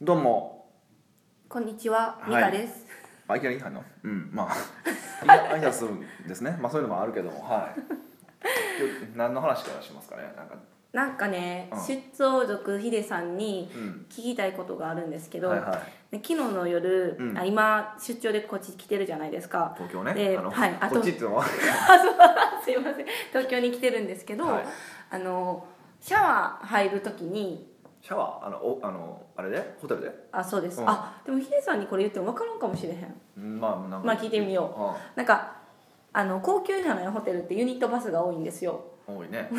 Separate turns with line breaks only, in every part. どうも
こんにちは、
はい
ミカです。
あいきなりいいかなうんま あいや挨拶するんですねまあそういうのもあるけどもはい今日何の話からしますかねなんか
なんかね、
うん
出張族ヒデさんに
うん
聞きたいことがあるんですけど、
はいはい
で昨日の夜、
うん
あ今出張でこっち来てるじゃないですか。
東京ね、
で
あの、
はいあと
こっちっていうのは
すいません、東京に来てるんですけど、
はい
あのシャワー入るときに。
シャワーあのおあのあれでホテルで
あそうです、
うん
あでもヒデさんにこれ言っても分からんかもしれへん
うんまあなんか
まあ聞いてみよ
よ
なんかあの高級じゃないホテルってユニットバスが多いんですよ
うん多いね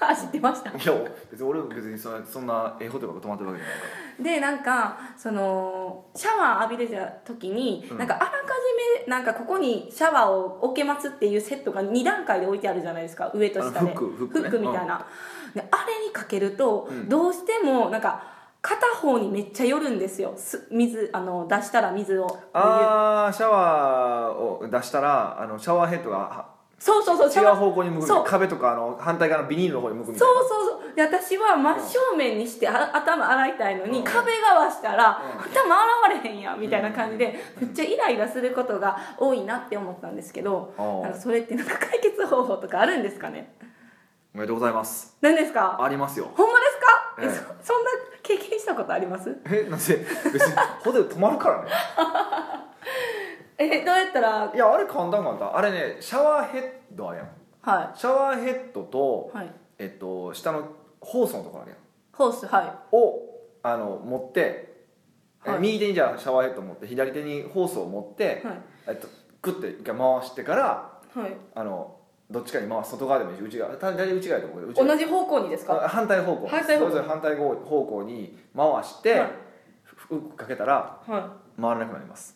あ知ってました
いや別に俺も別にそんなそんなええホテルが泊まってるわけじゃないか
でなんかそのシャワー浴びれた時に、
うん
なんかあらかじめなんかここにシャワーを置けますっていうセットが2段階で置いてあるじゃないですか上と下で
あのフックフックね
みたいな、であれにかけると、
うん
どうしてもなんか片方にめっちゃ寄るんですよす水あの出したら水を
らあーシャワーを出したらあのシャワーヘッドがは
そうそうそうシ
違
ャ
う
ワー
方向に向くみたい
そ
な
う
壁とかあの反対側のビニールの方に向くみた
そ
いな
うそうそうで私は真正面にしてあ頭洗いたいのに、
うん
壁側したら、
うん
頭洗われへんやんみたいな感じで、めっちゃイライラすることが多いなって思ったんですけど、
おう
なんかそれってなんか解決方法とかあるんですかね
おめでとうございます
何ですか
ありますよ
ほんま
ええ
ですか、えそそんな経験したことあります
えなんで別にホテル泊まるからね
えどうやったら
いやあれ簡単簡単あれねシャワーヘッドあれやん
は
シャワーヘッドと
い、はい
えっと下のホースのところあるやん
ホースは
をあの持って、え
はい
右手にじゃあシャワーヘッド持って左手にホースを持って
い、はい
えっと、グッて一回回してから
はい
あのどっちかに回す外側でもいいし内側大体内側やと思うけど内側
同じ方向にですか
あ反対方向
反対方向
それぞれ反対方向に回して、
はい
フックかけたら
は
回らなくなります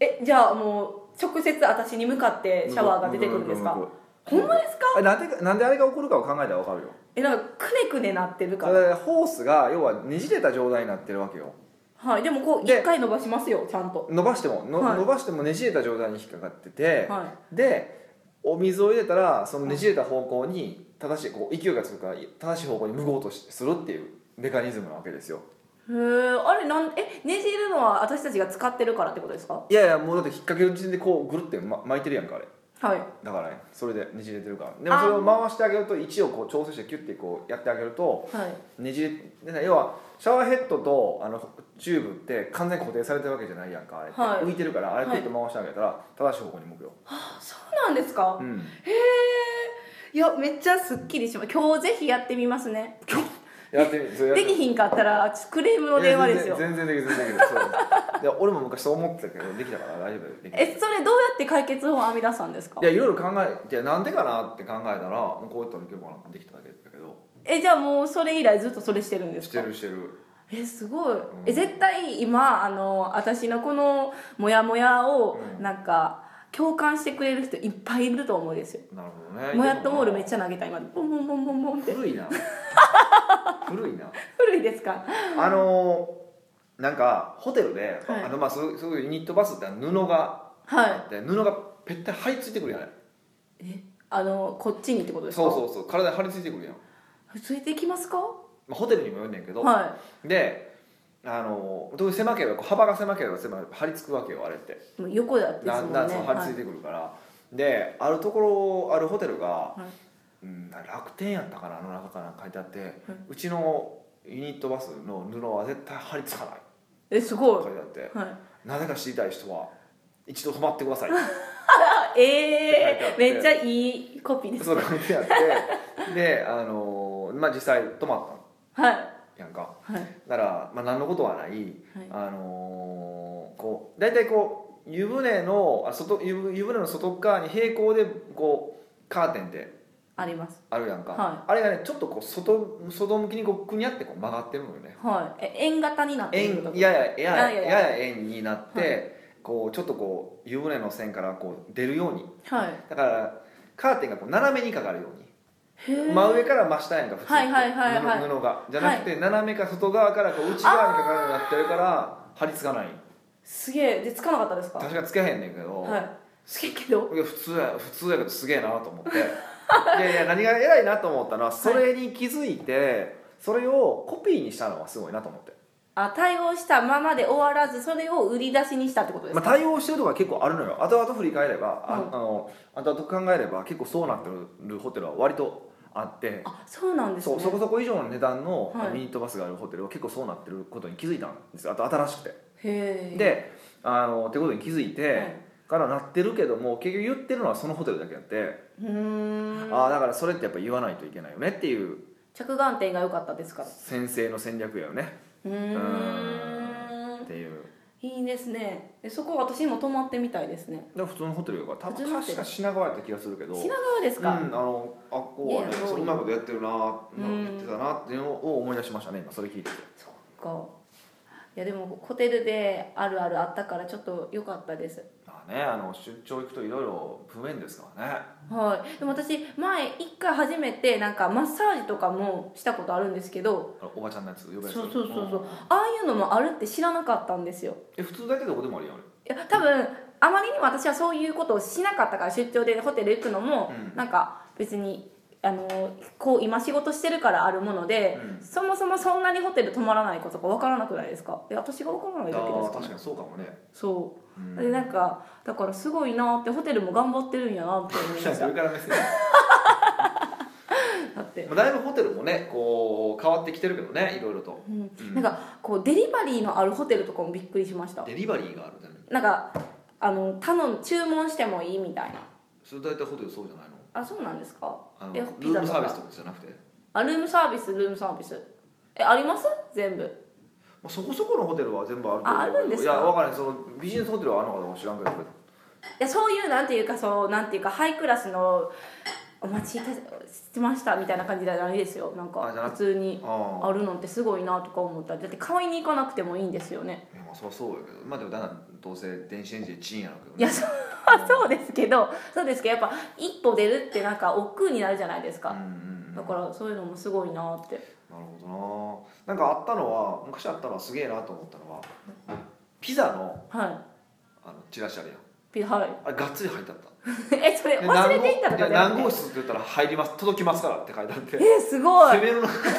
いえじゃあもう直接私に向かってシャワーが出てくるんです
向
か
こう
ほんまですか
あなんでなんであれが起こるかを考えたら分かるよ
えなんかくねくねなってるか
だ
ら
からホースが要はねじれた状態になってるわけよ
はいでもこう
で
一回伸ばしますよちゃんと
伸ばしてもの、
はい
伸ばしてもねじれた状態に引っかかってて、
は
でお水を入れたらそのねじれた方向に正しいこう勢いがつくから正しい方向に向こうとしするっていうメカニズムなわけですよ
いへえあれなんえねじるのは私たちが使ってるからってことですか
いやいやもうだって引っ掛ける時点でこうぐるって、ま、巻いてるやんかあれ
はい
だからねそれでねじれてるからでもそれを回してあげると位置をこう調整してキュッてこうやってあげると
はい
ねじれで要はシャワーヘッドとあのチューブって完全に固定されてるわけじゃないやんかあれって、
はい
浮いてるからあれ
は
ク
い
イッと回してあげたら正しい方向に向くよ、
あそうなんですか
うん
へえいやめっちゃすっきりします今日ぜひやってみますね
やってみそれやっ
で
てみ
きひんかったらクレームの電話ですよ
いや全然全然できる全然できる そういや俺も昔そう思ってたけどできたから大丈夫できる
えそれどうやって解決法を編み出したんですか
いやいろいろ考えてなんでかなって考えたらもうこうやったらいけるかなってできただけだけど
えじゃあもうそれ以来ずっとそれしてるんです
し
か
てるしてる
えすごい、
ん
え絶対今あの私のこのモヤモヤを
うん
なんか共感してくれる人いっぱいいると思うんですよ
なるほどね
モヤっとモールめっ
ゃ
ちゃ投げた今ボンボンボンボンボンって
古い な古いな
古いですか
あのーなんかホテルで、
はい
あのまあそうそういうユニットバスって布があ
は
って、布がぺったり張り付いてくるやん
いえあのこっちにってことですか
そうそうそう体に張り付いてくるやん、
うついてきますか
まあ、ホテルにもよんねんけど、
は
であのー特に狭ければこう幅が狭ければ狭い張り付くわけよあれって
いもう横だってです
だ
もん
ん
ね
だんそう張り付いてくるから、であるところあるホテルが、
は
うん、楽天やったかなあの中かな書いてあって、うちのユニットバスの布は絶対張り付かない
えすごい
書いてあって
はい
なぜか知りたい人は一度止まってくだ さい
あええ
って書いてあっ
ー、
て
めっちゃいいコピーです
そう書いてあってであのーまあ実際止まっ
はい
たんやんか
はい
なら、まあ、何のことはない、あのーこう大体こう湯船のあ外湯湯船の外側に平行でこうカーテンって
あります
あるやんか、
は
あれがねちょっとこう外外向きにこうくにゃってこう曲がってるのよね
はいえ円型になってる
円
とこ
やややや
あいやいや
やや円になって、
は
こうちょっとこう湯船の線からこう出るように
はい
だからカーテンがこう斜めにかかるように
へえ
真上から真下やんか普通って
はいはいはいはい
布布がじゃなくて斜めか外側からこう内側にかかるようになってるから張り付かない
すげえでつかなかったですか
確かつけへんねんけど、
はいすげえけど
いや普通や普通やけどすげえなと思って いやいや何が偉いなと思ったのはそれに気づいて、それをコピーにしたのはすごいなと思って
あ対応したままで終わらずそれを売り出しにしたってことです
まあ、
か、
対応してるとか結構あるのよ後々振り返れば、あ
うん
あの後々考えれば結構そうなってるホテルは割とあって
あそうなんです
そ
ね
うそこそこ以上の値段の
はい
ミニットバスがあるホテルは結構そうなってることに気づいたんですよあと新しくて。
へえ
であのってことに気づいて、
はい
からなってるけども結局言ってるのはそのホテルだけやって、
うーん
ああだからそれってやっぱ言わないといけないよねっていう
着眼点が良かったですから
先生の戦略やよね
うーん
っていう
いいですねえそこ私も泊まってみたいですね
で普通のホテルやから多
普通の
分
ホテル
確か品川やった気がするけど
品川ですか、
うん、あのあこうはね
ねえ
そううまいことやってるな
うん
なんかやってたなっていうのを思い出しましたね今それ聞いてて
そっかいやでもホテルであるあるあったからちょっと良かったです
まあねあの出張行くといろいろ不便ですからね
はいでも私前一回初めてなんかマッサージとかもしたことあるんですけど
あのおばちゃんのやつ呼ばれ
そうそうそうそうんああいうのもあるって知らなかったんですよ
え普通だけどこでもあるよ
いや多分あまりにも私はそういうことをしなかったから出張でホテル行くのも、
うん
なんか別にあのこう今仕事してるからあるもので、
うん
そもそもそんなにホテル泊まらないことが分からなくないですかで私が分からな
あれ
いだけで
あ
す
ー
か、
確
ね、
かにそうかもね
そううんでなんかだからすごいなってホテルも頑張ってるんやなって思いまし
上
た
から目線
だって
まあだいぶホテルもねこう変わってきてるけどねいろいろと
うん
うん
なんかこうデリバリーのあるホテルとかもびっくりしました
デリバリーがあるじゃない
なんかあの頼ん注文してもいいみたいな
それ大体ホテルそうじゃないの
あそうなんですか
あの
え
ル
ピザ
ーム
と
サ
か
ービスとかじゃなくて、ま
あルームサービスルームサービスえあります全部
あ、そこそこのホテルは全部ある
ああるんですか
いや分からないそのビジネスホテルはあるのかどうか知らんけど
いやそういうなんていうかそうなんていうかハイクラスのお待ちいたしてましたみたいな感じじゃないですよなん
あじゃな
か
く
普通に
ああ
あるのってすごいなとか思っただって買いに行かなくてもいいんですよね
いやまあそりゃそうやけどまあでもだんだんどうせ電子レンジでチンやろうけど
い
ね
やそう そうですけどそうですけどやっぱ一歩出るってなんか億劫になるじゃないです
うん
か
うんうんな
だ
る
からそういうのもすごいなって
ほどななんかあったのは昔あったのはすげえなと思ったのはピザの
は
あのチラシあるやん
い ピはい
あれがっつり入ってあった
えそれ
で
忘れていったとかじゃ
何号い
な
や何
く
号
て
室って言ったら入ります届きますからって書いてあって
えすごい
攻めるなと思って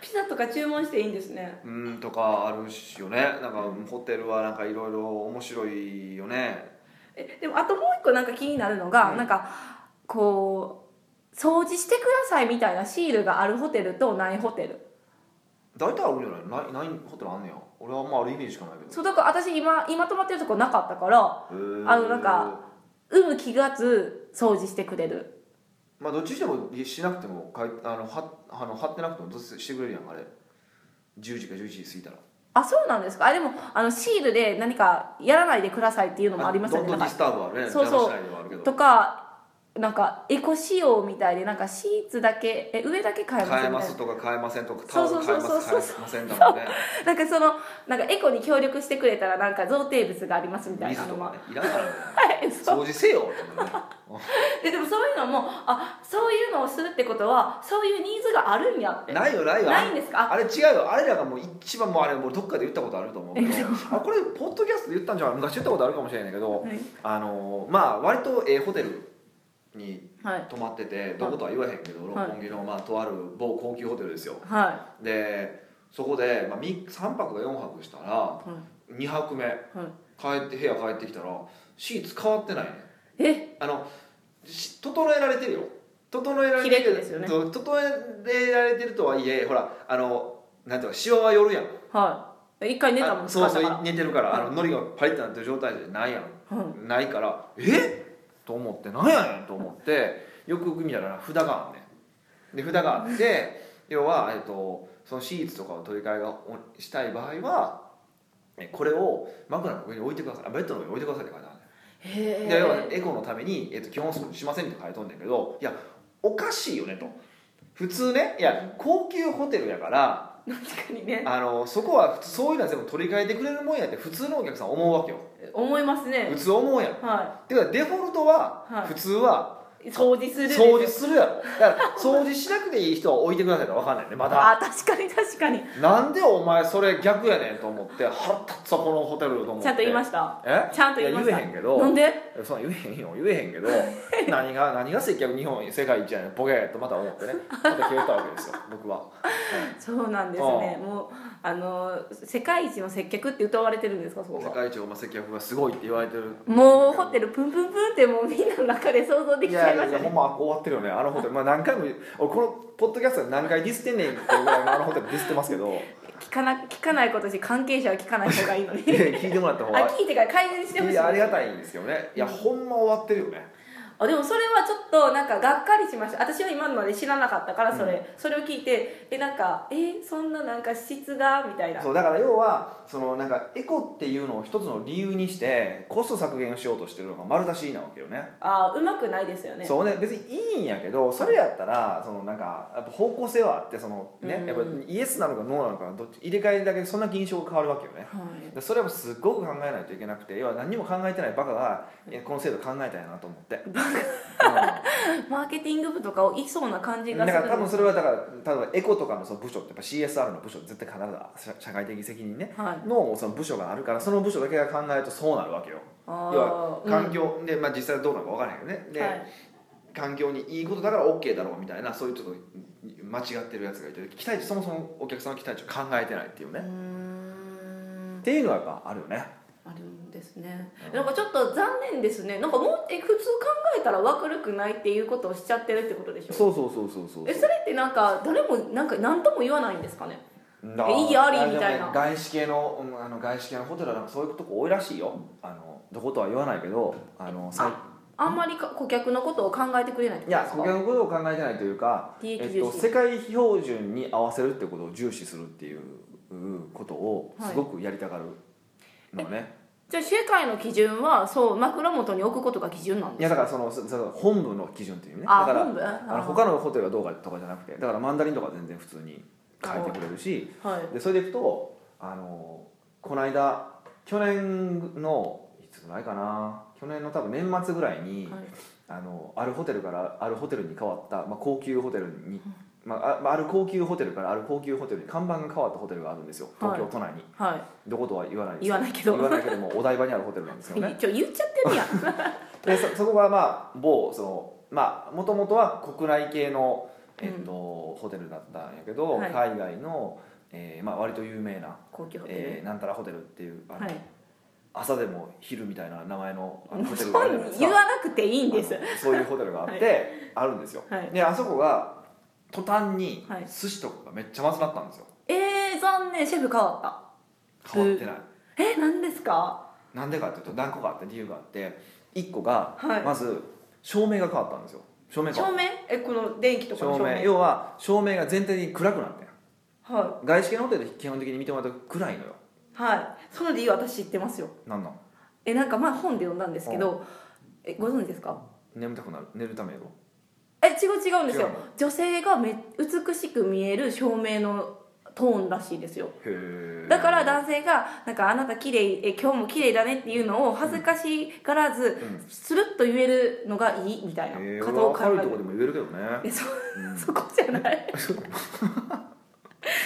ピザとか注文していいんですね
うんとかあるしよねなんかホテルはなんかいろいろ面白いよね
えでもあともう一個なんか気になるのが、
うん
なんかこう掃除してくださいみたいなシールがあるホテルとないホテル
大体あるんじゃないないないホテルあんねや俺はあんまあるイメージしかないけど
そうだから私今今泊まってるとこなかったから
へー
あのなんか有無気がつ掃除してくれる
まあどっちにしてもしなくてもかいあのはあの貼ってなくてもどうせしてくれるやんあれ10時か11時過ぎたら
あそうなんですかあでもあのシールで何かやらないでくださいっていうのもありますよね
ド
な
ントデ
んか
ィスターブはね
そうそう
邪魔しないではあるけど
とかなんかエコ仕様みたいでなんかシーツだけえ上だけ変えます
買え
よね
ますとか買えませんとかタオル買え
そう
ます
そうそう
買えませんだもんね
なんかそのなんかエコに協力してくれたらなんか贈呈物がありますみたい
水
な
と
のも
かねいらんからね
はいそう
掃除せよってね
ででもそういうのもあそういうのをするってことはそういうニーズがあるんやって
ないよないよ
ないんですか
あれ違うよあれらがもう一番もうあれもうどっかで言ったことあると思う けどあこれポッドキャストで言ったんじゃない昔言ったことあるかもしれないけど、
はい
あのーまあ割とええホテルに
はい
泊まっててどことは言わへんけど、
はい
六本木の、まあ、とある某高級ホテルですよ
は
でそこで、まあ、み3泊か4泊したら
い、は
2泊目
いはい、
帰って部屋帰ってきたらシーツ変わってないね
え
あのし整えられてるよ整えられて
綺麗
る
ですよね
そう整えられてるとはいえほらあのなんていうかシワは寄るやん
はい一回寝たも
あ
ん疲
そう
れた
そ
か
う
ら
寝てるからあの海苔がパリッとなってる状態じゃないやん、
は
ないからえと思ってなんやねんと思ってよくよく見たら札があんねんで札があって要は、えっと、そのシーツとかを取り替えがおしたい場合はえこれを枕の上に置いてくださいあベッドの上に置いてくださいって書いてある
へ
で要はエコのために、えっと、基本掃除しませんって書いとんねんけどいやおかしいよねと普通ねいや高級ホテルやから
え確かにね
あのそこは普通そういうのは全部取り替えてくれるもんやって普通のお客さん思うわけよ
思いますね
普通思うやん
は
てかデフォルト
は
はい普通はい
掃除する
掃除するやろだから掃除しなくていい人は置いてくださいと分かんないねまだ
あ確かに確かに
なんでお前それ逆やねんと思って腹立つわこのホテルと思って
ちゃんと言いました
え
ちゃんと言いました
や言えへんけど
なんで
えそんなん言えへんよ言えへ んけど何が何が接客日本世界一や ねんボケーとまた思ってねまた消えたわけですよ僕は、
そうなんですねもうあの世界一の接客って歌われてるんですかそこ
世
が
界一お前接客がすごいって言われてる
もうホテ
ル
ルプンプンプンってもうみんなの中で想像でき
い
ちゃ
や
い
い
ま
や
し
いやほ
たね
んま終わってるよねあのホテル、まあ、何回も俺このポッドキャストで何回ディスってんねんっていうぐらいのあのホテルディスってます けど
聞かな聞かないことし関係者は聞かない方が いいのに
いや聞いてもらった方
あ
が
聞いてから改善してほしい
いやありがたいんですけどねいやほんま終わってるよね
あでもそれはちょっとなんかがっかりしました私は今まで知らなかったからそれ、それを聞いてえなんかえそんななんか質がみたいな
そうだから要はそのなんかエコっていうのを一つの理由にしてコスト削減をしようとしてるのが丸出しなわけよね
あうまくないですよね
そうね別にいいんやけどそれやったらそのなんかやっぱ方向性はあってそのね
うん
やっぱイエスなのかノーなのかどっち入れ替えるだけでそんな印象が変わるわけよね
はい、
でそれはすっごく考えないといけなくて要は何も考えてないバカがいやこの制度考えたいなと思ってうん
マーケティング部とかをいそうな 感じが
だ
す
か
る
ら多分それはだから例えばエコとかのその部署ってやっぱ CSR の部署絶対必ず社社会的責任ね
はい
のその部署があるからその部署だけが考えるとそうなるわけよ要
あ
は
ー
環境、で、まあ、実際どうなのか分からへんけどね
うん
で、
はい
環境にいいことだから OK だろうみたいなそういうちょっと間違ってるやつがいて期待値そもそもお客さんの期待値を考えてないっていうね、
うー
っ
ん
ていうのはやっぱあるよね
あるんですね
うん
なんかちょっと残念ですねなんかもうえ普通考えたら悪くないっていうことをしちゃってるってことでしょ
そうそうそうそうそう
えそれってなんか誰もなんか何とも言わないんですかね
な
えいいよありみたいな
でもね外資系のうんあの外資系のホテルはなんかそういうとこ多いらしいよあのどことは言わないけどあのさい
あんまりか顧客のことを考えてくれないって
い
こと
や
です
顧
か
客のことを考えてないというか、
利益
えっ
重
と、
視
世界標準に合わせるってことを重視するっていうことをすごくやりたがるのね、
じゃあ世界の基準はそう枕元に置くことが基準なん
い
で
や
す
だ
か
からそのそその本部の基準っていうねだ
あ
から
本部あ
あの他のホテルがどうかとかじゃなくてだからマンダリンとか全然普通に書いてくれるし
はい
でそれでいくとあのこの間去年のいつぐらいかな去年の多分年末ぐらいに、
はい
あのあるホテルからあるホテルに変わった、まあ、高級ホテルに、まああまあ、ある高級ホテルからある高級ホテルに看板が変わったホテルがあるんですよ東京都内に、
は
どことは言わないです
言わないけど
言わないけどもお台場にあるホテルなんですよね
いちょ言っちゃってるやん
でそそこがまあ某そのまあもともとは国内系の、えっとホテルだったんやけど、
はい
海外の、えーまあ、割と有名な、
高級ホテル、
えーなんたらホテルっていうあの、
はい
朝でも昼みたいな名前の あのホテルがあるんです
言わなくていいんです
あのそういうホテルがあって、あるんですよ、
はい
であそこが途端に
はい
寿司とかがめっちゃまずかったんですよ
えー、残念シェフ変わった
変わってない
え何ですか
なんでかっていうと何個かあって理由があって1個が、
はい
まず照明が変わったんですよ照明変わった
照明えこの電気とかの
照
照明
明要は照明が全体的に暗くなってん
は
外資系のホテルって基本的に見てもらうと暗いのよ
いはいその理由私知ってますよ
なんなん
えなんか前本で読んだんですけどえご存知ですか
眠たくなる寝るための
え違う違うんです
違う
よ
の
女性がめ美しく見える照明のトーンらしいですよ
へえ
だから男性が「なんかあなた綺麗え今日も綺麗だね」っていうのを恥ずかしがらず、
う
スルッと言えるのがいいみたいな
へえ
方
俺は
を
明るいとこ
考
でも言えるけどね
えてそ
うん
そこじゃない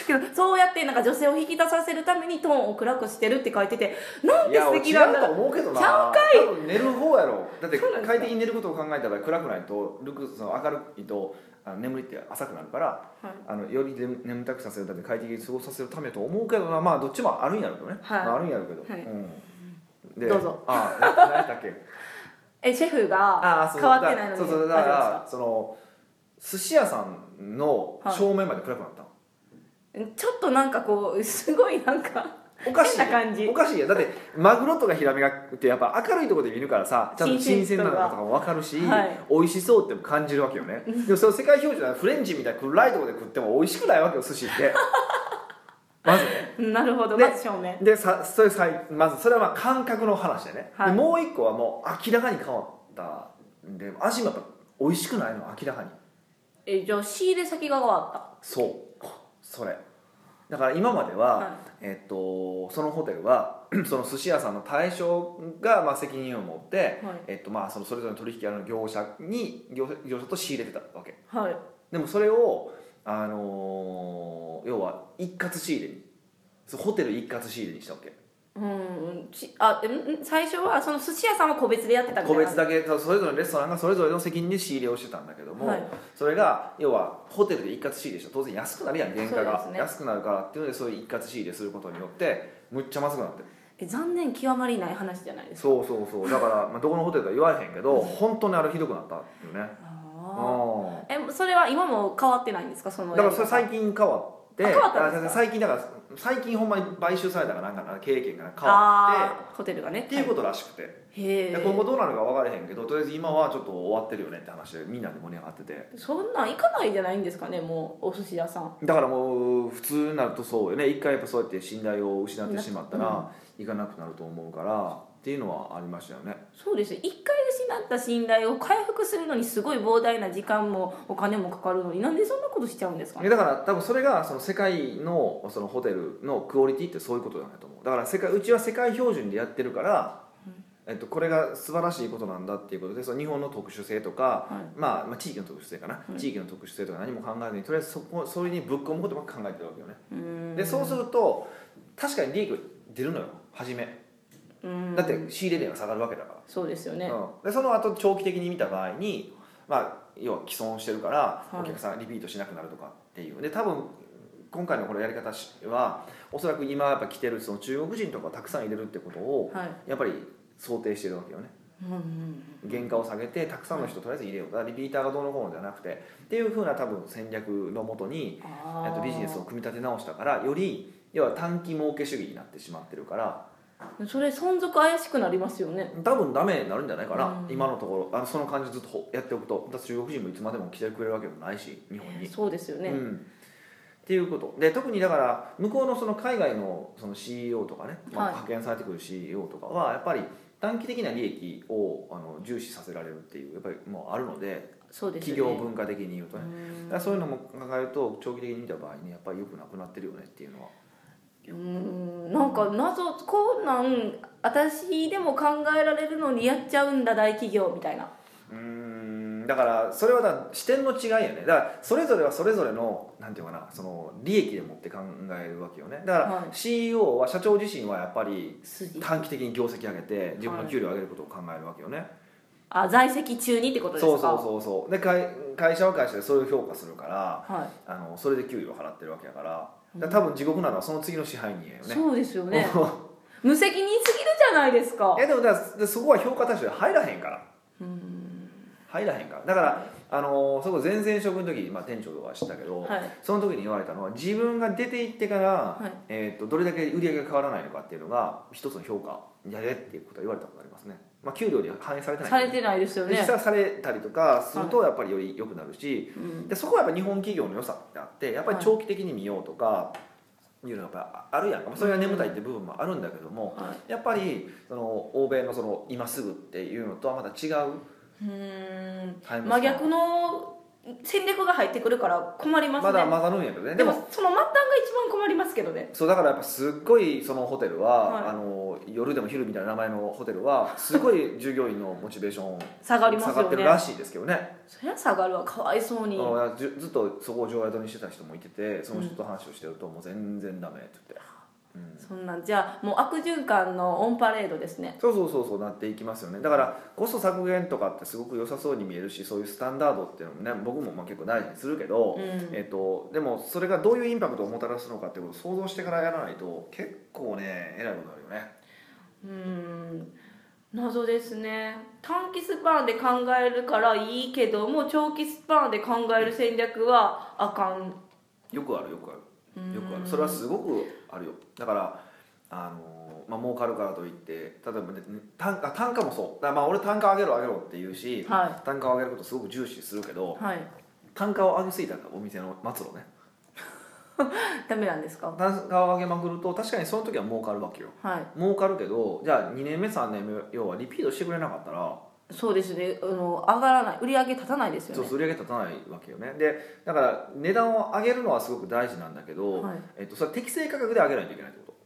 けどそうやってなんか女性を引き出させるためにトーンを暗くしてるって書いててなん
い
て
や
素
俺
敵
違
なんだ
うと思うけどな
ちゃ
多分寝る方やろだって
そうなんですか
快適に寝ることを考えたら暗くないとルクその明るいとあの眠りって浅くなるから
はい
あのより眠眠たくさせるため快適に過ごさせるためと思うけどなまあどっちもあるんやろうけどね、
はい
まあ、あるんやろうけど、
はい
うん、で
どうぞ
あな何やったっけ
えシェフ
あ
が
ーそう
変わってないのに
そうそうだ
あ
か
そうですから
その寿司屋さんの正面まで暗くなったの、
ちょっとなんかこうすごいなんか
おかしい
変な感じ
おかしいよだってマグロとかヒラメがってやっぱ明るいところで見るからさちゃんと新
新
鮮
鮮
な
さ
の
が
とかも分かるし、
はい
美味しそうっても感じるわけよねでもその世界標準はフレンチみたいな暗いところで食っても美味しくないわけよ寿司って まずね
なるほど
で
まず正面
でさそれさいまずそれはまあ感覚の話でね、
はい
でもう一個はもう明らかに変わったんで味もやっぱ美味しくないの明らかに
えじゃあ仕入れ先が変わ
そうそれだから今までは、えっと、そのホテルは その寿司屋さんの大将がまあ責任を持って、
はい
えっと、まあそのそれぞれの取引ある業者に業者業者と仕入れてたわけ
ったはい
でもそれを、あのー要は一括仕入れにそうホテル一括仕入れにしたわけ
うんちあんん最初はその寿司屋さんは個別でやってたみた
個
いな
別だけそうそれぞれのレストランがそれぞれの責任で仕入れをしてたんだけども、
はい
それが要はホテルで一括仕入れしたら当然安くなるやん原価
そうで
が、
すね
安くなるからっていうのでそういう一括仕入れすることによってむっちゃまずくなってる
え残念極まりない話じゃないですか
そうそうそうだから、まあ、どこのホテルか言われへんけ ど本当にあれひどくなったよね
あ
あ
あえそれは今も変わってないんですかその
だからそれ最近変わって
あ変わったんですか
あ先生最近だから最近ほんまに買収されたかなんかな経験が変わっ
あーホテルがね
てっていうことらしくて、
とへ
で
え
今後どうなるか分からへんけどとりあえず今はちょっと終わってるよねって話でみんなで盛り上がってて
そんなん行かないじゃないんですかねもうお寿司屋さん
だからもう普通になるとそうよね一回やっぱそうやって信頼を失ってしまったら行かなくなると思うからっていうのはありましたよね
そうですよ一回失った信頼を回復するのにすごい膨大な時間もお金もかかるのになんでそんなことしちゃうんですかね
だから多分それがその世界のそのホテルのクオリティってそういうことなんだと思うだから世界うちは世界標準でやってるから、えっと、これが素晴らしいことなんだっていうことでその日本の特殊性とか、
は
まあ、まあ地域の特殊性かな、地域の特殊性とか何も考えずにとりあえずそこそれにぶっ込むことばっか考えてるわけよね
うーん
でそうすると確かに利益が出るのよ初め
うーん
だって仕入れ値が下がるわけだから、
そうですよね、
うん、でその後長期的に見た場合に、まあ、要は既存してるから
はい
お客さんリピートしなくなるとかっていうで多分今回のこのやり方はおそらく今やっぱ来てるその中国人とかをたくさん入れるってことを
はい
やっぱり想定してるわけよね
うんうん
原価を下げてたくさんの人をとりあえず入れようだからリピーターがどうのこうのじゃなくてっていうふうな多分戦略のもとに
あー
えっとビジネスを組み立て直したからより要は短期儲け主義になってしまってるから
それ存続怪しくなりますよね
多分ダメになるんじゃないかな、
うん
今のところあのその感じずっとほやっておくとだって中国人もいつまでも来てくれるわけもないし日本に、
そうですよね、
うんっていうことで特にだから向こうのその海外のその CEO とかね、まあ
はい
派遣されてくる CEO とかはやっぱり短期的な利益をあの重視させられるっていうやっぱりもうあるので
そうですよ
企
ね
業文化的に言うとね、
う
だからそういうのも考えると長期的に見た場合にやっぱりよくなくなってるよねっていうのは
うーんなんか謎こんなん私でも考えられるのにやっちゃうんだ大企業みたいな
うーんだからそれはだ視点の違いよねだからそれぞれはそれぞれのなんていうかなその利益でもって考えるわけよねだか
は
ら CEO は社長自身はやっぱり
筋
短期的に業績上げて自分の給料上げることを考えるわけよね、
あ在籍中にってことですか
そうそうそうそうで会会社は会社でそれを評価するから
はい
あのそれで給料を払ってるわけやからだから多分地獄なのはその次の支配人やよね
そうですよ ね無責任すぎるじゃないですか
いやでもだからでそこは評価対象で入らへんから
うん
入らへんからだからあのそこ前々職の時に、まあ、店長とかは知ったけど、
はい
その時に言われたのは自分が出て行ってから、
い
えー、とどれだけ売り上げが変わらないのかっていうのが一つの評価やれっていうことは言われたことがありますね、まあ、給料には反映されてない
されてないですよ
実
ね
際されたりとかするとやっぱりより良くなるし、
うん
でそこはやっぱ日本企業の良さってあってやっぱり長期的に見ようとかいうのはやっぱあるやんかまあそれが眠たいって部分もあるんだけども、
は
やっぱりその欧米のその今すぐっていうのとはまた違う
うーん
タイムスパン
真逆の戦略が入ってくるから困りますね
まだ混ざるんやけどね
でもその末端が一番困りますけどね
そうだからやっぱすっごいそのホテルは、
はい
あの夜でも昼みたいな名前のホテルはすごい従業員のモチベーション
下がりますよね
下がってるらしいですけどね
そりゃ下がるわかわいそうに
あのずずっとそこを常宿にしてた人もいててその人と話をしてるともう全然ダメって言って、うん
そんなんじゃあもう悪循環のオンパレードですね
そうそうそうそうなっていきますよねだからコスト削減とかってすごく良さそうに見えるしそういうスタンダードっていうのもね僕もまあ結構大事にするけど、
うん
えっとでもそれがどういうインパクトをもたらすのかっていうことを想像してからやらないと結構ねえらいことになるよね
うーん謎ですね短期スパンで考えるからいいけども長期スパンで考える戦略はあかん
よくあるよくある
うん
よくあるそれはすごくあるよだからあのーまあ儲かるからといって例えば、ね、単価単価もそうだからまあ俺単価上げろ上げろって言うし、
は
単価を上げることすごく重視するけど
はい
単価を上げすぎたらお店の末路ね
ダメなんですか
単価を上げまくると確かにその時は儲かるわけよ
はい
儲かるけどじゃあ2年目3年目要はリピートしてくれなかったら
そうですねあの上がらない売り上げ立たないです
そ
よ
う
ね
そう売り上げ立たないわけよねでだから値段を上げるのはすごく大事なんだけど、
はい
えっと、それは適正価格で上げないといけないってこと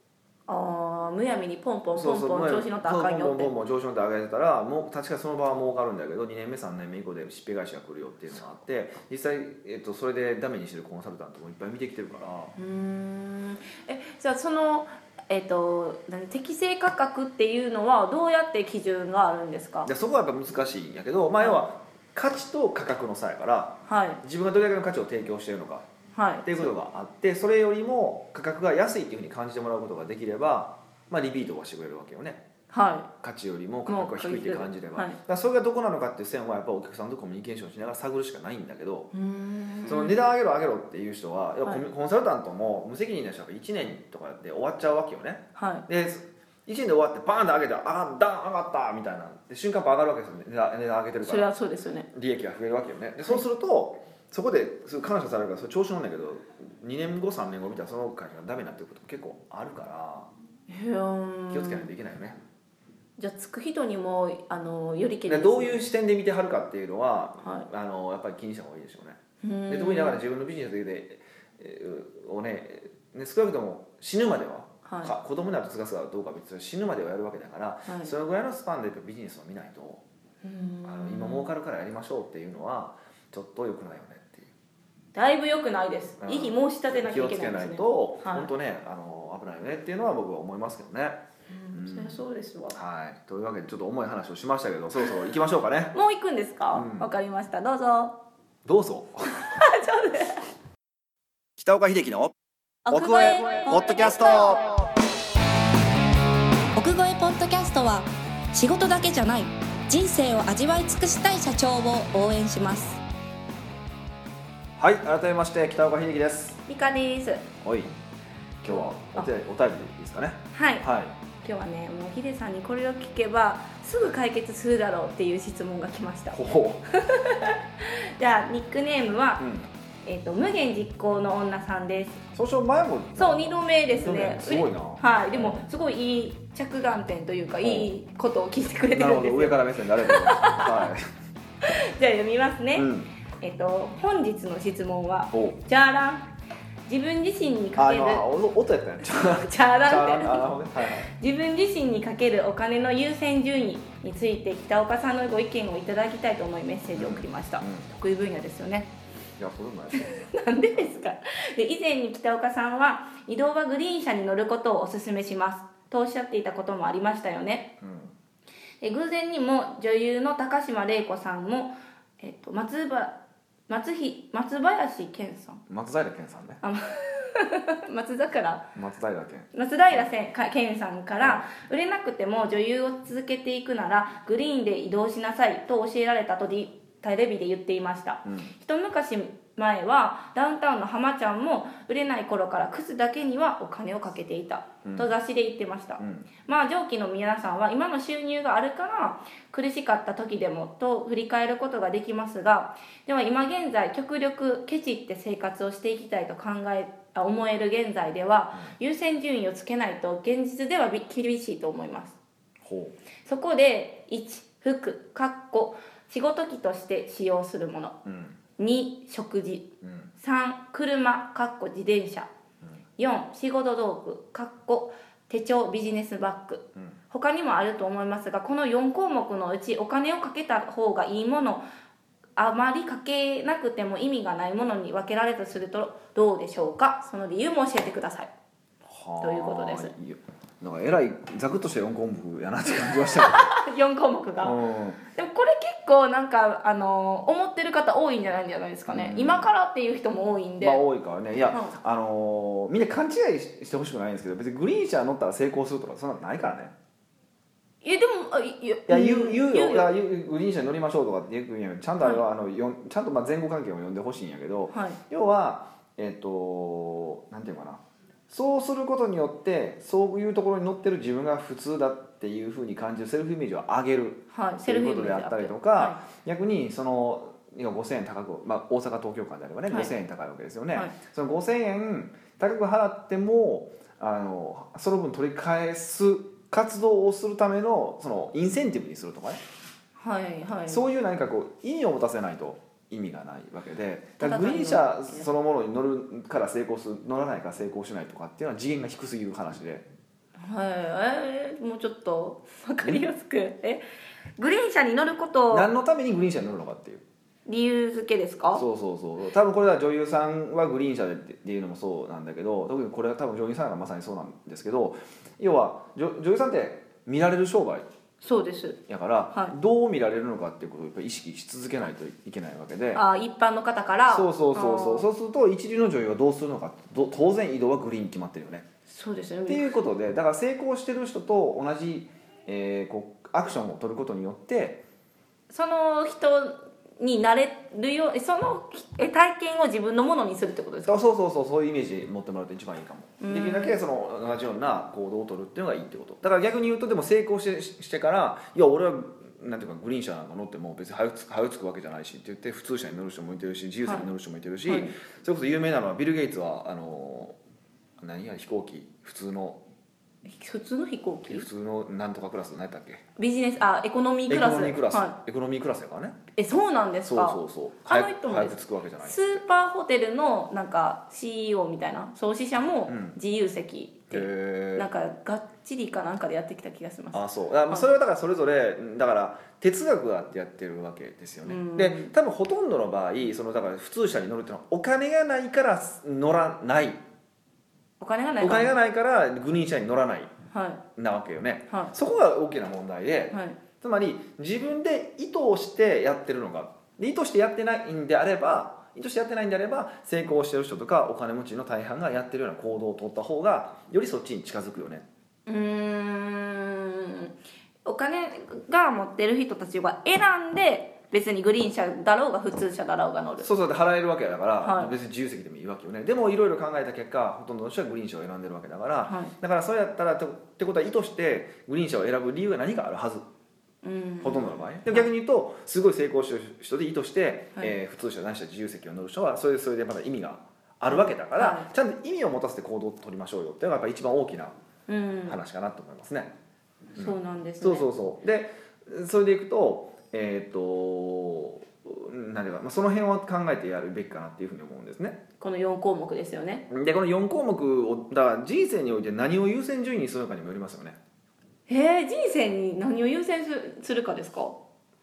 ああむやみにポンポン
そ
ポ
う
ン
そう
ポン調子乗ったらあかん
ボンボ
よっ
ンボ
て
ンボン調子乗って上げてたらもう確かにその場は儲かるんだけど2年目3年目以降でしっぺ返しが来るよっていうのがあって実際、えっと、それでダメにしてるコンサルタントもいっぱい見てきてるから
うーんえじゃあそのえっと何適正価格っていうのはどうやって基準があるんですか
でそこはやっぱ難しいんやけど、まあ、要は価値と価格の差やから
はい
自分がどれだけの価値を提供しているのか
はい
っていうことがあってそれよりも価格が安いっていうふうに感じてもらうことができれば、まあ、リピートはしてくれるわけよね
は
価値よりも価格が低いって感じれば、
はい
だからそれがどこなのかっていう線はやっぱお客さんとコミュニケーションしながら探るしかないんだけど
いうーん
その値段上げろ上げろっていう人は、要はコミ
は
コンサルタントも無責任な人が1年とかで終わっちゃうわけよね
はい
で1年で終わってバーンと上げたらあーダーン上がったみたいなで瞬間パー上がるわけですよね値段値段上げてるか
それ
ら
はそうですよね
利益が増えるわけよねでそうするとそこですごい感謝されるからそれ調子乗るんだけど2年後3年後見たらその会社がダメになってくることも結構あるから
いやー
気をつけないといけないよね、
じゃあつく人にもあのよりけり
でどういう視点で見てはるかっていうのは、
は
あのやっぱり気にした方がいいでしょうね
うーん
で特にだから自分のビジネスで、えーをねね少なくとも死ぬまでは、
はい
か子供になるとつがすがどうかは別に死ぬまではやるわけだから、
はい
そのぐらいのスパンでやっぱビジネスを見ないと
うーん
あの今儲かるからやりましょうっていうのはちょっと良くないよねっていう
だいぶ良くないです
うん
異議申し立てなき
気
ゃい
を
け
つ
な
け
いで
な
す
い
ね
と、
はい
本当ねあの危ないよねっていうのは僕は思いますけどね。
うんそりゃそうですわ
はい、というわけでちょっと重い話をしましたけどそろそろ行きましょうかね
もう行くんですかわ
う、ん
かりましたどうぞ
どうぞ北岡秀樹の奥越えポッドキャスト
奥越えポッドキャストは仕事だけじゃない人生を味わい尽くしたい社長を応援します
はい改めまして北岡秀樹です
ミカです
はい今日はお手お便りですかね
はい
はい
今日はねもうヒデさんにこれを聞けばすぐ解決するだろうっていう質問が来ました
ほほ
じゃあニックネームは
う、ん
えっと無限実行の女さんです
そうしよう前も
そう二度目ですね
すごいな
はいでもすごいいい着眼点というか
うん
いいことを聞いてくれて
なる
るん
ほ
で
ど
す
上
よ
から目線でありがとうございます
じゃあ読みますね、
はい、うん、
えっと本日の質問は
お
「じゃーらん自分自身にか
あ
ける
のお音やった ねちょっと
じゃーらん」って
あなるほどねはいはい
自分自身にかけるお金の優先順位について北岡さんのご意見をいただきたいと思いメッセージを送りました、
うん
得意分野ですよね
いやそれもないですね
なんでですかで以前に北岡さんは移動はグリーン車に乗ることをお勧めしますとおっしゃっていたこともありましたよね
うん
で偶然にも女優の高島玲子さんも、えっと、松葉松ひ松林健さん
松平健さんね
あま松桜
松平健
松平健か健さんから売れなくても女優を続けていくならグリーンで移動しなさいと教えられたとりテレビで言っていました、
うん
一昔前はダウンタウンの浜ちゃんも売れない頃から靴だけにはお金をかけていた
うん
と雑誌で言ってました、
うん
まあ上記の皆さんは今の収入があるから苦しかった時でもと振り返ることができますがでは今現在極力ケチって生活をしていきたいと考えあ思える現在では優先順位をつけないと現実ではび厳しいと思います
ほ
そこで1服かっこ仕事着として使用するもの
ううん
2食事
うん
3車かっこ自転車、4仕事道具かっこ手帳ビジネスバッグ、
うん
他にもあると思いますがこの4項目のうちお金をかけた方がいいものあまりかけなくても意味がないものに分けられるとするとどうでしょうかその理由も教えてく ださい
はあ
ということです
いやなんかえらいざくっとした四項目やなって感じましたけ
4項目が、
どうん
でもこれ結構なんかあの思ってる方多いんじゃないんじゃないですかね、
うん
今からっていう人も多いんで、
まあ多いからねいや、
う
あのーみんな勘違いししてほしくないんですけど別にグリーン車乗ったら成功するとかそんなのないからね
えでもあいいや
いや言う言うよいや言うグリーン車に乗りましょうとかってよく言うんやけどちゃんとあれは、あのよんちゃんとまあ前後関係も読んでほしいんやけど
はい
要はえっ、となんていうかなそうすることによってそういうところに乗ってる自分が普通だっていうふうに感じるセルフイメージを上げる
はい
と
セル
いう
フイ
こ
メー
と
ジ
であったりとか、
は
逆にその要は5000円高く、まあ、大阪東京間であればね、
はい
5000円高いわけですよね、
はい
その5000円高く払ってもあのその分取り返す活動をするためのそのインセンティブにするとかね、
はいはい
そういう何かこう意味を持たせないと意味がないわけでだから
た
グ
だ
リーン
単
車
に
そのものに乗るから成功する乗らないから成功しないとかっていうのは次元が低すぎる話で
はい、えーもうちょ っと分かりやすくえグリーン車に乗ること
何のためにグリーン車に乗るのかっていう。
理由付けですか
そうそうそう多分これは女優さんはグリーン車でっていうのもそうなんだけど特にこれは多分女優さんがまさにそうなんですけど要は女女優さんって見られる商売
そうです
やから、
は
どう見られるのかっていうことをやっぱり意識し続けないといけないわけで
あ一般の方から
そうそうそうそう
あー
そうすると一流の女優はどうするのかど当然移動はグリーンに決まってるよね
そうです
って
ね
いうことでだから成功してる人と同じ、えーこうアクションを取ることによって
その人になれるようそのえ体験を自分のものにするってことですか
そうそうそうそうそういうイメージ持ってもらうと一番いいかも
うん
できるだけその同じような行動を取るっていうのがいいってことだから逆に言うとでも成功してししてからいや俺はなんていうかグリーン車なんか乗っても別に早くつ早くつくわけじゃないしって言って普通車に乗る人もいてるし自由席に乗る人もいてるし、
はいはい
それこそ有名なのはビル・ゲイツはあの何や飛行機普通の
普通の飛行機
普通のなんとかクラス何やったっけ
ビジネスあエコノミー
エ
ク
コ
ラス
ノミークラス、
は
エコノミークラスやからね
い、えそうなんです
そう
か
そうそう
あ
早
の人
く
も
早く着くわけじゃない
スーパーホテルのなんか CEO みたいな創始者も
うん
自由席で、
へ
なんかがっちりかなんかでやってきた気がします
あそうあまあそれはだからそれぞれうんだから哲学があってやってるわけですよ
うん
ねで多分ほとんどの場合そのだから普通車に乗るっていうのはお金がないから乗らない
お金がない
お
から
金がないからグリーン車に乗らない
は
なわけよね
いは
そこが大きな問題で
いはい
つまり自分で意図をしてやってるのかで意図してやってないんであれば意図してやってないんであれば成功してる人とかお金持ちの大半がやってるような行動を取った方がよりそっちに近づくよね
うーんお金が持ってる人たちは選んで別にグリーン車だろうが普通車だろうが乗る
そうそうだって払えるわけだから、
はい
別に自由席でもいいわけよねでもいろいろ考えた結果ほとんどの人はグリーン車を選んでるわけだから、
は
だからそれやったらとってことは意図してグリーン車を選ぶ理由が何かあるはず、
うん
ほとんどの場合でも逆に言うとすごい成功してる人で意図して、
はい
えー普通車ないしは自由席を乗る人はそれでそれでまだ意味があるわけだから、
は
ちゃんと意味を持たせて行動を取りましょうよっていうのがやっぱ一番大きな
うん
話かなと思いますね、
そうなんですね
そうそうそうでそれでいくとえっ、と何ていうか、まあ、その辺を考えてやるべきかなっていうふうに思うんですね
この4項目ですよね
でこの4項目をだから人生において何を優先順位にするのかにもよりますよね
えー、人生に何を優先するするかですか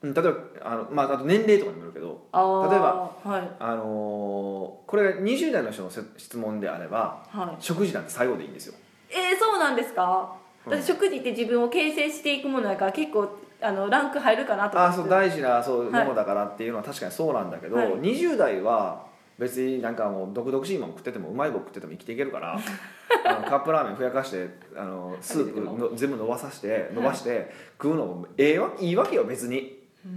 うん例えばあの、まあ、あと年齢とかにもよるけど、
あー
例え
はい
あのーこれが20代の人のせ質問であれば
はい
食事なんて最後でいいんですよ
えー、そうなんですか、
うん
だって食事って自分を形成していくものだから結構あのランク入るかなと
あ
思
あそう大事なそう
はい
ものだからっていうのは確かにそうなんだけど、
はい
20代は別になんかもう毒々しいもん食っててもうまい棒食ってても生きていけるから あのカップラーメンふやかしてあのスープの全部伸ばさせて伸ばして食うのもええわいいわけよ別に。
うん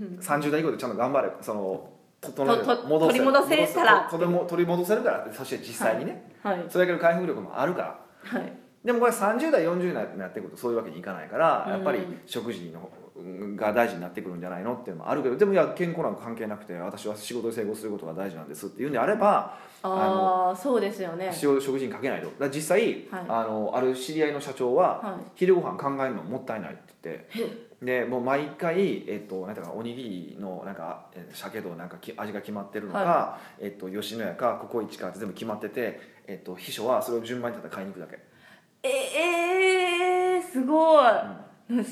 うんうん
30代以降でちゃんと頑張れその整える
とと取り戻せた
戻せ
ら
ととも取り戻せるからそして実際にね、
はい
それだけの回復力もあるから
はい
でもこれ30代40代になってくるとそういうわけにいかないから
うん
やっぱり食事のうんが大事になってくるんじゃないのっていうのもあるけどでもいや健康なんか関係なくて私は仕事で成功することが大事なんですっていうんであれば
ああそうですよね
仕事食事にかけないとだから実際、あのある知り合いの社長は、
は
昼ご飯考えるのもったいないって言ってでもう毎回、えっと、なんていうかおにぎりのなんかえー鮭となんかき味が決まってるのか、えっと、吉野家かココイチかって全部決まってて、えっと、秘書はそれを順番にただ買いに行くだけ、
いええー、すごい、うん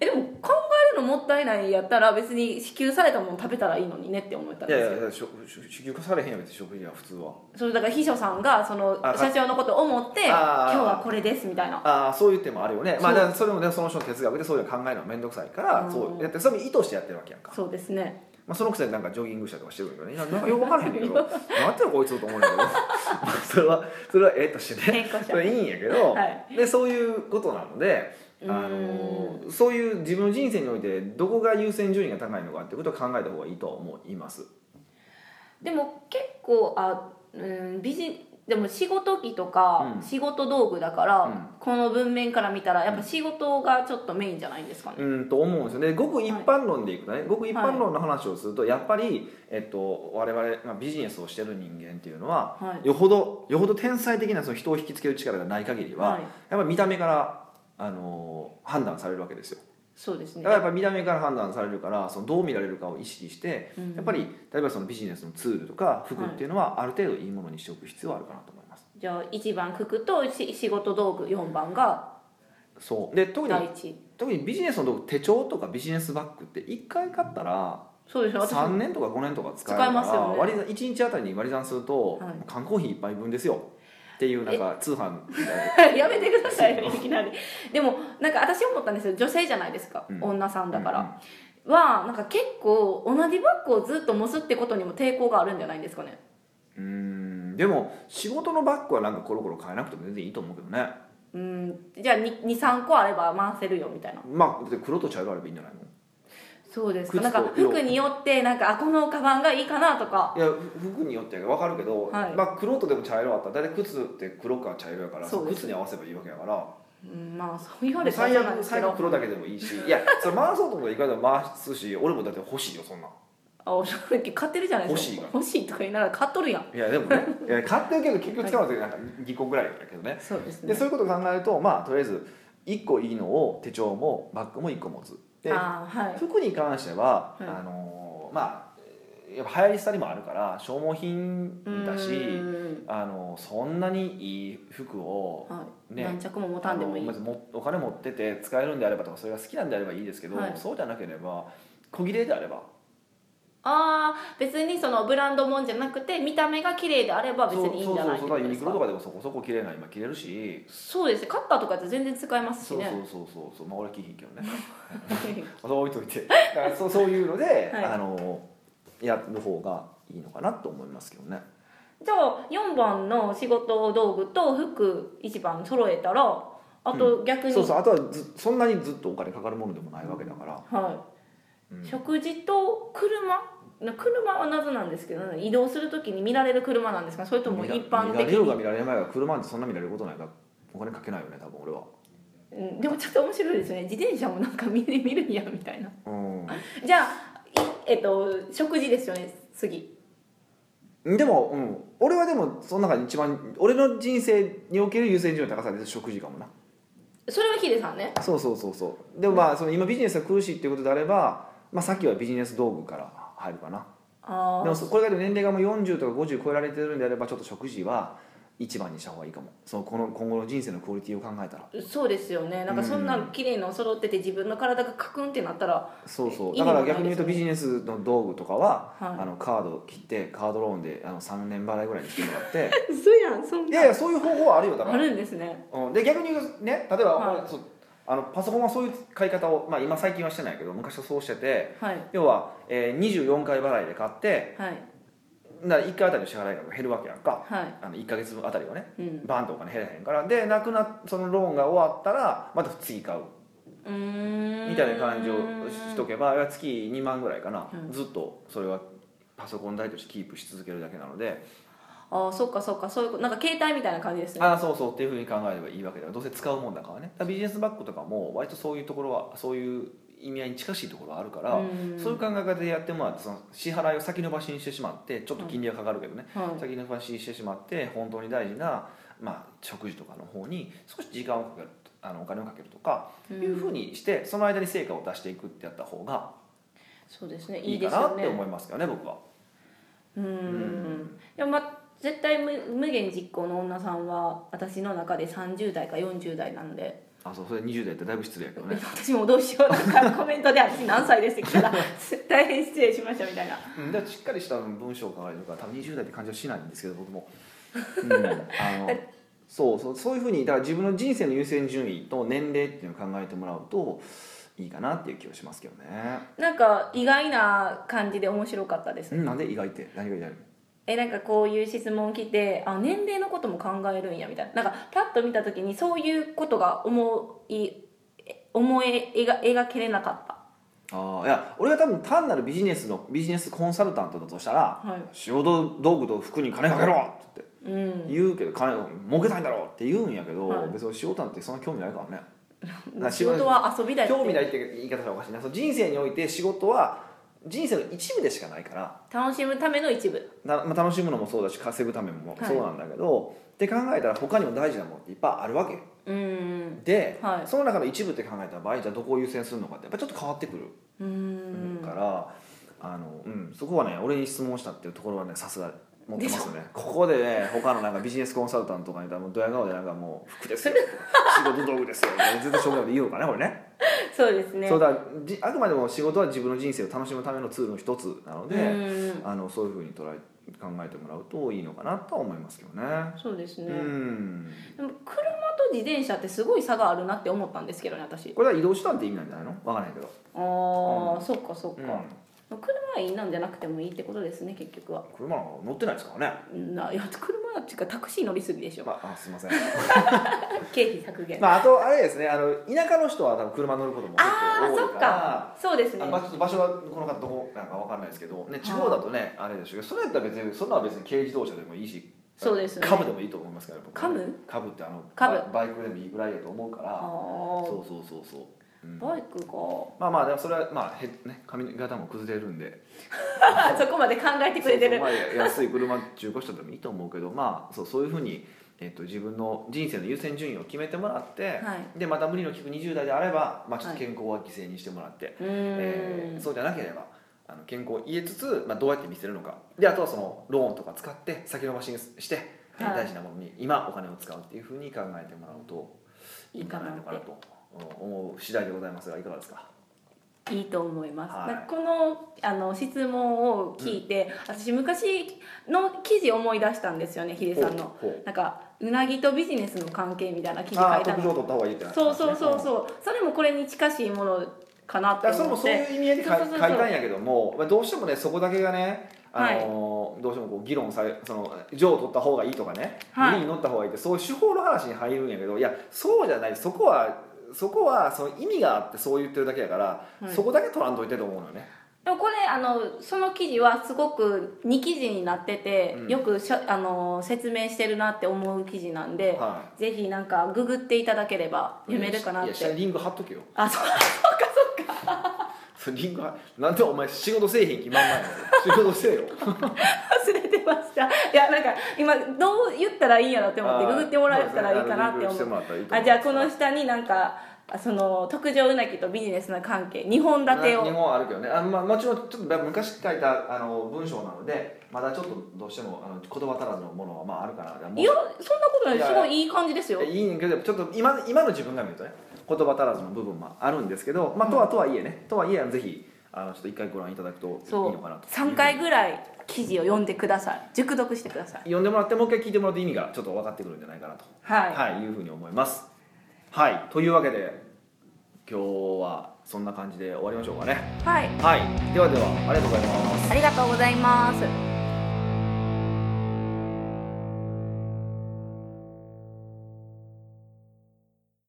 えでも考えるのもったいないやったら別に支給されたもの食べたらいいのにねって思ったん
いやい
です
や
よ
いやしょしょ支給化されへんやん別に食事は普通は
それだから秘書さんがその
あ
社長のことを思って今
あー
日はこれですみたいな
ああそういう手もあるよねまあ
そう
だからそれもねその人の哲学でそういうの考えるのは面倒くさいから、
うん
そうやってそれも意図してやってるわけやんか、
そうですね
まあ、そのくせになんかジョギングしたりとかしてるけどねいやなんかよく分からへんね んけどなんてこいつと思うんだけど まあそれはそれはええとして ね
健康者
それいいんやけど、
は
でそういうことなのであの
う
そういう自分の人生においてどこが優先順位が高いのかってことを考えた方がいいと思います。
でも結構あうんビジでも仕事着とか
うん
仕事道具だから、
うん
この文面から見たらやっぱ仕事がちょっとメインじゃないんですかね、
うんと思うんですよねごく一般論でいくとね、ごく一般論の話をするとやっぱり、えっと、我々、まあ、ビジネスをしてる人間っていうのは、
はい
よほどよほど天才的なその人を引きつける力がない限りは、
はい
やっぱり見た目から、あのー判断されるわけですよ
そうです
だ
ね
からやっぱり見た目から判断されるからそのどう見られるかを意識して、
うん
やっぱり例えばそのビジネスのツールとか服っていうのはある程度いいものにしておく必要はあるかなと思います、
じゃあ1番服とし仕事道具4番が
そうで特に
第一
特にビジネスの道具手帳とかビジネスバッグって一回買ったら
そうですよ私
3
も
年とか5年とか使えるから
使えますよね
割り算1日あたりに割り算すると、
はい
缶コーヒー1杯分ですよっていうなんか通販みたいな
やめてくださいよいきなりでもなんか私思ったんですよ女性じゃないですか、
うん
女さんだから、はなんか結構同じバッグをずっと持つってことにも抵抗があるんじゃないんですかね
うんうんでも仕事のバッグはなんかコロコロ変えなくても全然いいと思うけどね
うんじゃあ23個あれば回せるよみたいな
まあだって黒と茶色あればいいんじゃないの
そうです
靴
か
と
なんか
色
服によってなんかあこのカバンがいいかなとか
いや服によって分かるけど、
はい
まあ、黒とでも茶色あったら大体靴って黒か茶色やから
そうです
靴に合わせばいいわけやから
うんまあそう言われたら
最
そうなんで
悪
すけ
最
ど
悪黒だけでもいいしいやそれ回そうと思ったらいくらでも回すし俺もだって欲しいよそんなん
あお正直買ってるじゃないです
欲し
か
いが
欲しいとか言いながら買っとるやん
いやでも ねいや買ってるけど結局使うのってなんか2個ぐらいだけどね
そうです
でそういうことを考えるとまあとりあえず1個いいのを手帳もバッグも1個持つで
あーはい
服に関しては、
はい
あのーまあえーやっぱ流行り廃りもあるから消耗品だし、
うん
あのーそんなにいい服を
はい、
ね
何着も持たんでもい
あ
い
のまずもお金持ってて使えるんであればとかそれが好きなんであればいいですけど、
はい
そうじゃなければ小切れであれば
ああ別にそのブランドもんじゃなくて見た目が綺麗であれば別にいいんじ
そうそうそ
ゃない
うそうだ
ってこ
から
と
ユ
で
ニ
す
クロ
か
とかでもそこそこ綺麗な今着れるし、
そうですねカッターとかやって全然使えますし
そう
ね
そうそうそうそうまあ俺は着ひんけどね それは置いとい てだからそうそういうので、
はい
あのやる方がいいのかなと思いますけどね
じゃあ4番の仕事道具と服1番揃えたらあと逆に、
そうそうあとはずそんなにずっとお金かかるものでもないわけだから、
はい
うん
食事と車な車は謎なんですけど、移動する時に見られる車なんですかそれとも一般
見
的
られるが
に、
見られないが車なんてそんな見られることないからお金かけないよね多分俺は
うん、でもちょっと面白いですね自転車もなんか見る見 るんやみたいな
うん
じゃあいえっと食事ですよね次
でも、うん、俺はでもその中で一番俺の人生における優先順位の高さで食事かもな
それはヒデさんね
そうそうそうそうでもまあその今ビジネスが苦しいっていうことであれば、まあ、さっきはビジネス道具から入るかな
あ
でも
あ
そこれがでも年齢がもう40とか50超えられてるんであればちょっと食事は一番にした方がいいかもそのこの今後の人生のクオリティを考えたら
そうですよねなんかそんな綺麗の揃ってて自分の体がカクンってなっ たら
そうそう
意
だ
味が
か
な
ら
いですね
逆に言うとビジネスの道具とかは、
はい
あのカード切ってカードローンであの3年払いぐらいにしてもらって
嘘やんそん
いやいやそういう方法はあるよだから
あるんですね
うん、で逆に言うとね例えば、
はい
そうあのパソコンはそういう買い方を、まあ、今最近はしてないけど昔はそうしてて
はい
要は、えー、24回払いで買って
はい
な1回あたりの支払い額が減るわけやんか
はい
あの1か月分あたりはね
うん
バンとお金減らへんからでなくなそのローンが終わったらまた次買う
うーん
みたいな感じをしとけば月2万ぐらいかな、
うん
ずっとそれはパソコン代としてキープし続けるだけなので、
ああそっかそっかそういうことなんか携帯みたいな感じですね
ああそうそうっていうふうに考えればいいわけだからどうせ使うもんだからねだからビジネスバッグとかも割とそういうところはそういう意味合いに近しいところはあるから、
うん
そういう考え方でやってもらってその支払いを先延ばしにしてしまってちょっと金利はかかるけどね、
はい
先延ばしにしてしまって本当に大事な、まあ、食事とかの方に少し時間をかけるあのお金をかけるとか、いうふうにしてその間に成果を出していくってやった方が
そうですねい
い
い
い
で
か
す
な
よ
っ
ね
て思いますけどね僕は。
うーんでもまあ絶対無無限実行の女さんは私の中で30代か40代なんで、
あそうそれ20代ってだいぶ失礼やけどね
私もどうしような んかコメントで私何歳ですって聞いたら大変失礼しましたみたいな
うん、だからしっかりした文章を書かれてるから多分20代って感じはしないんですけど僕も、うん、あのそうそうそういうふうにだから自分の人生の優先順位と年齢っていうのを考えてもらうといいかなっていう気はしますけどね、
なんか意外な感じで面白かったです
うん、なんで意外って何が意外
えなんかこういう質問来てあ年齢のことも考えるんやみたいななんかパッと見た時にそういうことが思いえ思い描描けれなかった
ああいや俺が多分単なるビジネスのビジネスコンサルタントだとしたら、
はい
仕事道具と服に金かけろって
うん
言うけど金を儲けたいんだろうって言うんやけど、
はい
別に仕事なんてそんな興味ないからねな
仕事は遊びだよ
興味ないって言い方がおかしいなその人生において仕事は人生の一部でしかないから
楽しむための一部
な、まあ、楽しむのもそうだし稼ぐためも
はい
そうなんだけど、って考えたら他にも大事なものっていっぱいあるわけ
うん
で、
はい
その中の一部って考えた場合じゃあどこを優先するのかってやっぱちょっと変わってくる
うん
から、あのうん、そこはね俺に質問したっていうところはねさすが持ってますよねここでね他のなんかビジネスコンサルタントとかにいたらもうドヤ顔でなんかもう 服ですよ仕事道具ですよ全然しょうがないでいいのかねこれね
そうですね
そうだじあくまでも仕事は自分の人生を楽しむためのツールの一つなので、
うん
あのそういうふうに捉え考えてもらうといいのかなとは思いますけどね。
そうですね、
うん
でも車と自転車ってすごい差があるなって思ったんですけどね私
これは移動手段って意味なんじゃないのわからないけど、
ああ、そっかそっ
う
か、
ん、
車はいいなんじゃなくてもいいってことですね結局は
車なんか乗ってないですからね、
ない や車っていうかタクシー乗りすぎでしょ、
まあ、あすいません
経費削 減、
まああとあれですねあの田舎の人は多分車乗ることも結
あ
構
あ
多い
そ
か
っ
ら
かそうですね
あまあちょっと場所はこの方どこなんかわかんないですけど、ね、地方だとねあれでしょうけどそれだったら別にそんなは別に軽自動車でもいいし
そうですよね
カブでもいいと思いますから僕は
カブ
カブってあの
カブ
ババイクでもいいぐらいやと思うか
あ
ら
あ
そうそうそうそう、うん
バイクか そ
まあまあでもそれはまあへね髪型も崩れるんで
こまで考えてくれてる
そうそうまあ安い車中古車でもいいと思うけどまあそうそういうふうに、えっと自分の人生の優先順位を決めてもらって、
は
でまた無理の利く20代であれば、まあ、ちょっ
は
と
い
健康は犠牲にしてもらって、
うーん、
えーそうじゃなければあの健康を言えつつ、まあ、どうやって見せるのかであとはそのローンとか使って先延ばしにして、えー
はい
大事なものに今お金を使うっていうふうに考えてもらうといいんじゃないのかなとうん思う次第でございますがいかがですか
いいと思います、
はい
だからこのあの質問を聞いて、私昔の記事思い出したんですよねヒデさんの
ほうほう
なんかうなぎとビジネスの関係みたいな記事書
あ
い
あ
た
特徴を
の
取った方がいいってな
そうそうそう
う
そうそれもこれに近しいものかなって
だからそれ
思
も
っ
そう
て
いう意味合いで書い
そう
書
そう
い
そう
たんやけども、まあ、どうしてもねそこだけがねあのーどうしてもこう議論されその上を取った方がいいとかね
はい
無理に乗った方がいいってそういう手法の話に入るんやけどいやそうじゃないそこはそこはその意味があってそう言ってるだけやから、
はい
そこだけ取らんといてと思うのよね。
でもこれあのその記事はすごく2記事になってて、
うん
よくしゃあの説明してるなって思う記事なんで、
は
ぜひなんかググっていただければ
い、
読めるかなっ
いや下に
て
リング貼っとけよ。
あそう
それリング貼なんでお前仕事せえへん気満々やねん仕事せ えよ。
忘れてましたいやなんか今どう言ったらいいんやろって思って
あー
ググってもらえたらいいかなって
そうですねあのリングして
思
も
う
らったらいいと思います
あじゃあこの下になんかあその特上うなぎとビジネスの関係2本立て
日
を
本あるけどねあ、まあ、もちろんちょっと昔書いたあの文章なのでまだちょっとどうしてもあの言葉足らずのものはまああるかなもう
いやそんなことない
いや
すごいいい感じですよ
いいねんけどちょっと今今の自分が見るとね言葉足らずの部分もあるんですけど、まあ、とはとはいえねとはいえぜひあのちょっと一回ご覧いただくといい
そ
の
う
かなと
3回ぐらい記事を読んでください熟読してください
読んでもらってもう一回聞いてもらって意味がちょっと分かってくるんじゃないかなと、
はい
いい、うふうに思いますはいというわけで今日はそんな感じで終わりましょうかね
はい、
はいではではありがとうございます
ありがとうございます。